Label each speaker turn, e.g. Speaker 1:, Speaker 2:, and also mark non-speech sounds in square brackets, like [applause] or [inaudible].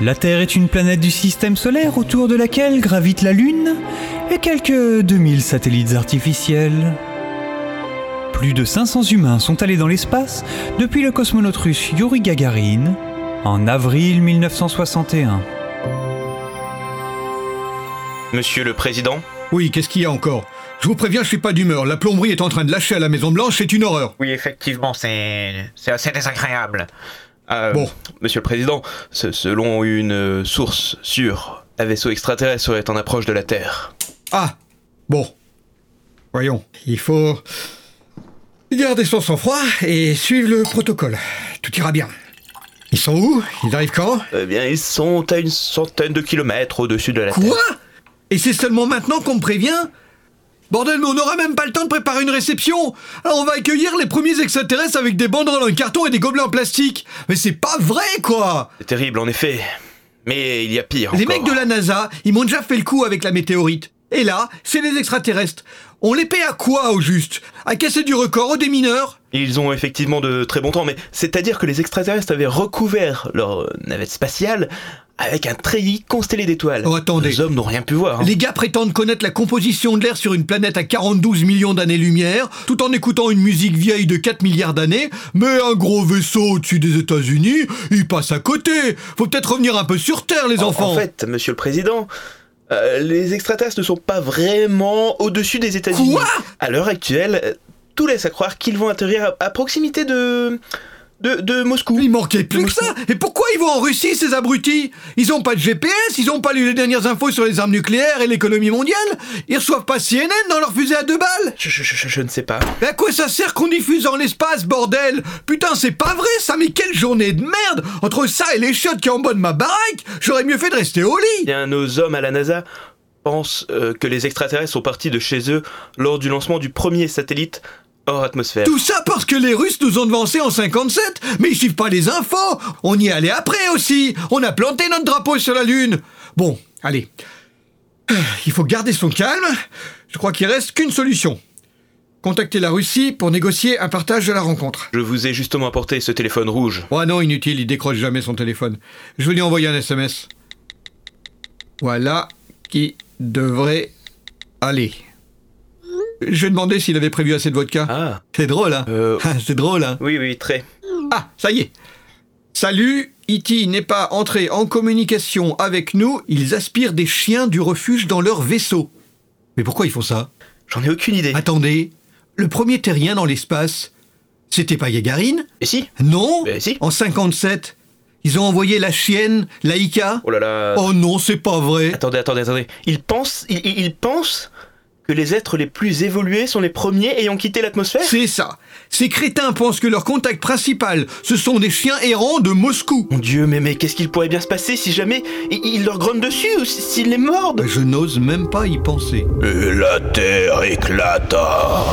Speaker 1: La Terre est une planète du système solaire autour de laquelle gravite la Lune et quelques 2000 satellites artificiels. Plus de 500 humains sont allés dans l'espace depuis le cosmonaute russe Yuri Gagarin en avril 1961.
Speaker 2: Monsieur le Président
Speaker 3: Oui, qu'est-ce qu'il y a encore Je vous préviens, je suis pas d'humeur. La plomberie est en train de lâcher à la Maison Blanche, c'est une horreur.
Speaker 2: Oui, effectivement, c'est c'est assez désagréable. Euh,
Speaker 3: Bon.
Speaker 2: Monsieur le Président, ce- selon une euh, source sûre, un vaisseau extraterrestre serait en approche de la Terre.
Speaker 3: Ah Bon. Voyons, il faut garder son sang-froid et suivre le protocole. Tout ira bien. Ils sont où Ils arrivent quand
Speaker 2: Eh bien, ils sont à une centaine de kilomètres au-dessus de la Terre.
Speaker 3: Quoi Et c'est seulement maintenant qu'on me prévient Bordel, mais on n'aura même pas le temps de préparer une réception Alors on va accueillir les premiers extraterrestres avec des banderoles en carton et des gobelets en plastique Mais c'est pas vrai, quoi
Speaker 2: C'est terrible, en effet. Mais il y a pire
Speaker 3: Les
Speaker 2: encore.
Speaker 3: mecs de la NASA, ils m'ont déjà fait le coup avec la météorite. Et là, c'est les extraterrestres. On les paie à quoi, au juste À casser du record aux démineurs
Speaker 2: Ils ont effectivement de très bons temps, mais c'est-à-dire que les extraterrestres avaient recouvert leur euh, navette spatiale avec un treillis constellé d'étoiles.
Speaker 3: Oh, attendez.
Speaker 2: Les hommes n'ont rien pu voir. hein.
Speaker 3: Les gars prétendent connaître la composition de l'air sur une planète à 42 millions d'années-lumière, tout en écoutant une musique vieille de 4 milliards d'années, mais un gros vaisseau au-dessus des États-Unis, il passe à côté. Faut peut-être revenir un peu sur Terre, les
Speaker 2: En-
Speaker 3: enfants.
Speaker 2: En fait, monsieur le président, euh, les extraterrestres ne sont pas vraiment au-dessus des États-Unis.
Speaker 3: Quoi
Speaker 2: À l'heure actuelle, euh, tout laisse à croire qu'ils vont atterrir à, à proximité de. de, de Moscou.
Speaker 3: il manquait plus que ça. Et pourquoi ils vont en Russie, ces abrutis Ils ont pas de GPS, ils ont pas lu les dernières infos sur les armes nucléaires et l'économie mondiale. Ils reçoivent pas CNN dans leur fusée à deux balles.
Speaker 2: Je, je- je- je ne sais pas.
Speaker 3: Mais à quoi ça sert qu'on diffuse dans l'espace, bordel Putain, c'est pas vrai ça, mais quelle journée de merde Entre ça et les chiottes qui embonnent ma baraque, j'aurais mieux fait de rester au lit
Speaker 2: Eh Bien, nos hommes à la NASA pensent euh, que les extraterrestres sont partis de chez eux lors du lancement du premier satellite hors atmosphère.
Speaker 3: Tout ça parce que les Russes nous ont devancés en 57, mais ils suivent pas les infos On y est allé après aussi On a planté notre drapeau sur la Lune Bon, allez. Euh, Il faut garder son calme. Je crois qu'il reste qu'une solution. Contacter la Russie pour négocier un partage de la rencontre.
Speaker 2: Je vous ai justement apporté ce téléphone rouge.
Speaker 3: Oh non, inutile, il décroche jamais son téléphone. Je vais lui envoyer un SMS. Voilà qui devrait aller. Je vais demander s'il avait prévu assez de vodka.
Speaker 2: Ah.
Speaker 3: C'est drôle, hein
Speaker 2: Euh.
Speaker 3: Ah, [laughs] C'est drôle, hein
Speaker 2: Oui, oui, très.
Speaker 3: Ah, ça y est Salut, E.T. n'est pas entré en communication avec nous, ils aspirent des chiens du refuge dans leur vaisseau. Mais pourquoi ils font ça
Speaker 2: J'en ai aucune idée.
Speaker 3: Ah. Attendez, le premier terrien dans l'espace, c'était pas Gagarine
Speaker 2: Et si
Speaker 3: non
Speaker 2: Ben, si.
Speaker 3: En 57, ils ont envoyé la chienne, Laïka
Speaker 2: Oh là là.
Speaker 3: Oh non, c'est pas vrai
Speaker 2: Attendez, attendez, attendez. Ils pensent, ils, ils- ils pensent que les êtres les plus évolués sont les premiers ayant quitté l'atmosphère
Speaker 3: C'est ça Ces crétins pensent que leur contact principal, ce sont des chiens errants de Moscou
Speaker 2: Mon dieu, mais, mais qu'est-ce qu'il pourrait bien se passer si jamais ils, ils leur grognent dessus ou si- s'ils les mordent
Speaker 3: Je n'ose même pas y penser.
Speaker 2: Et la terre éclata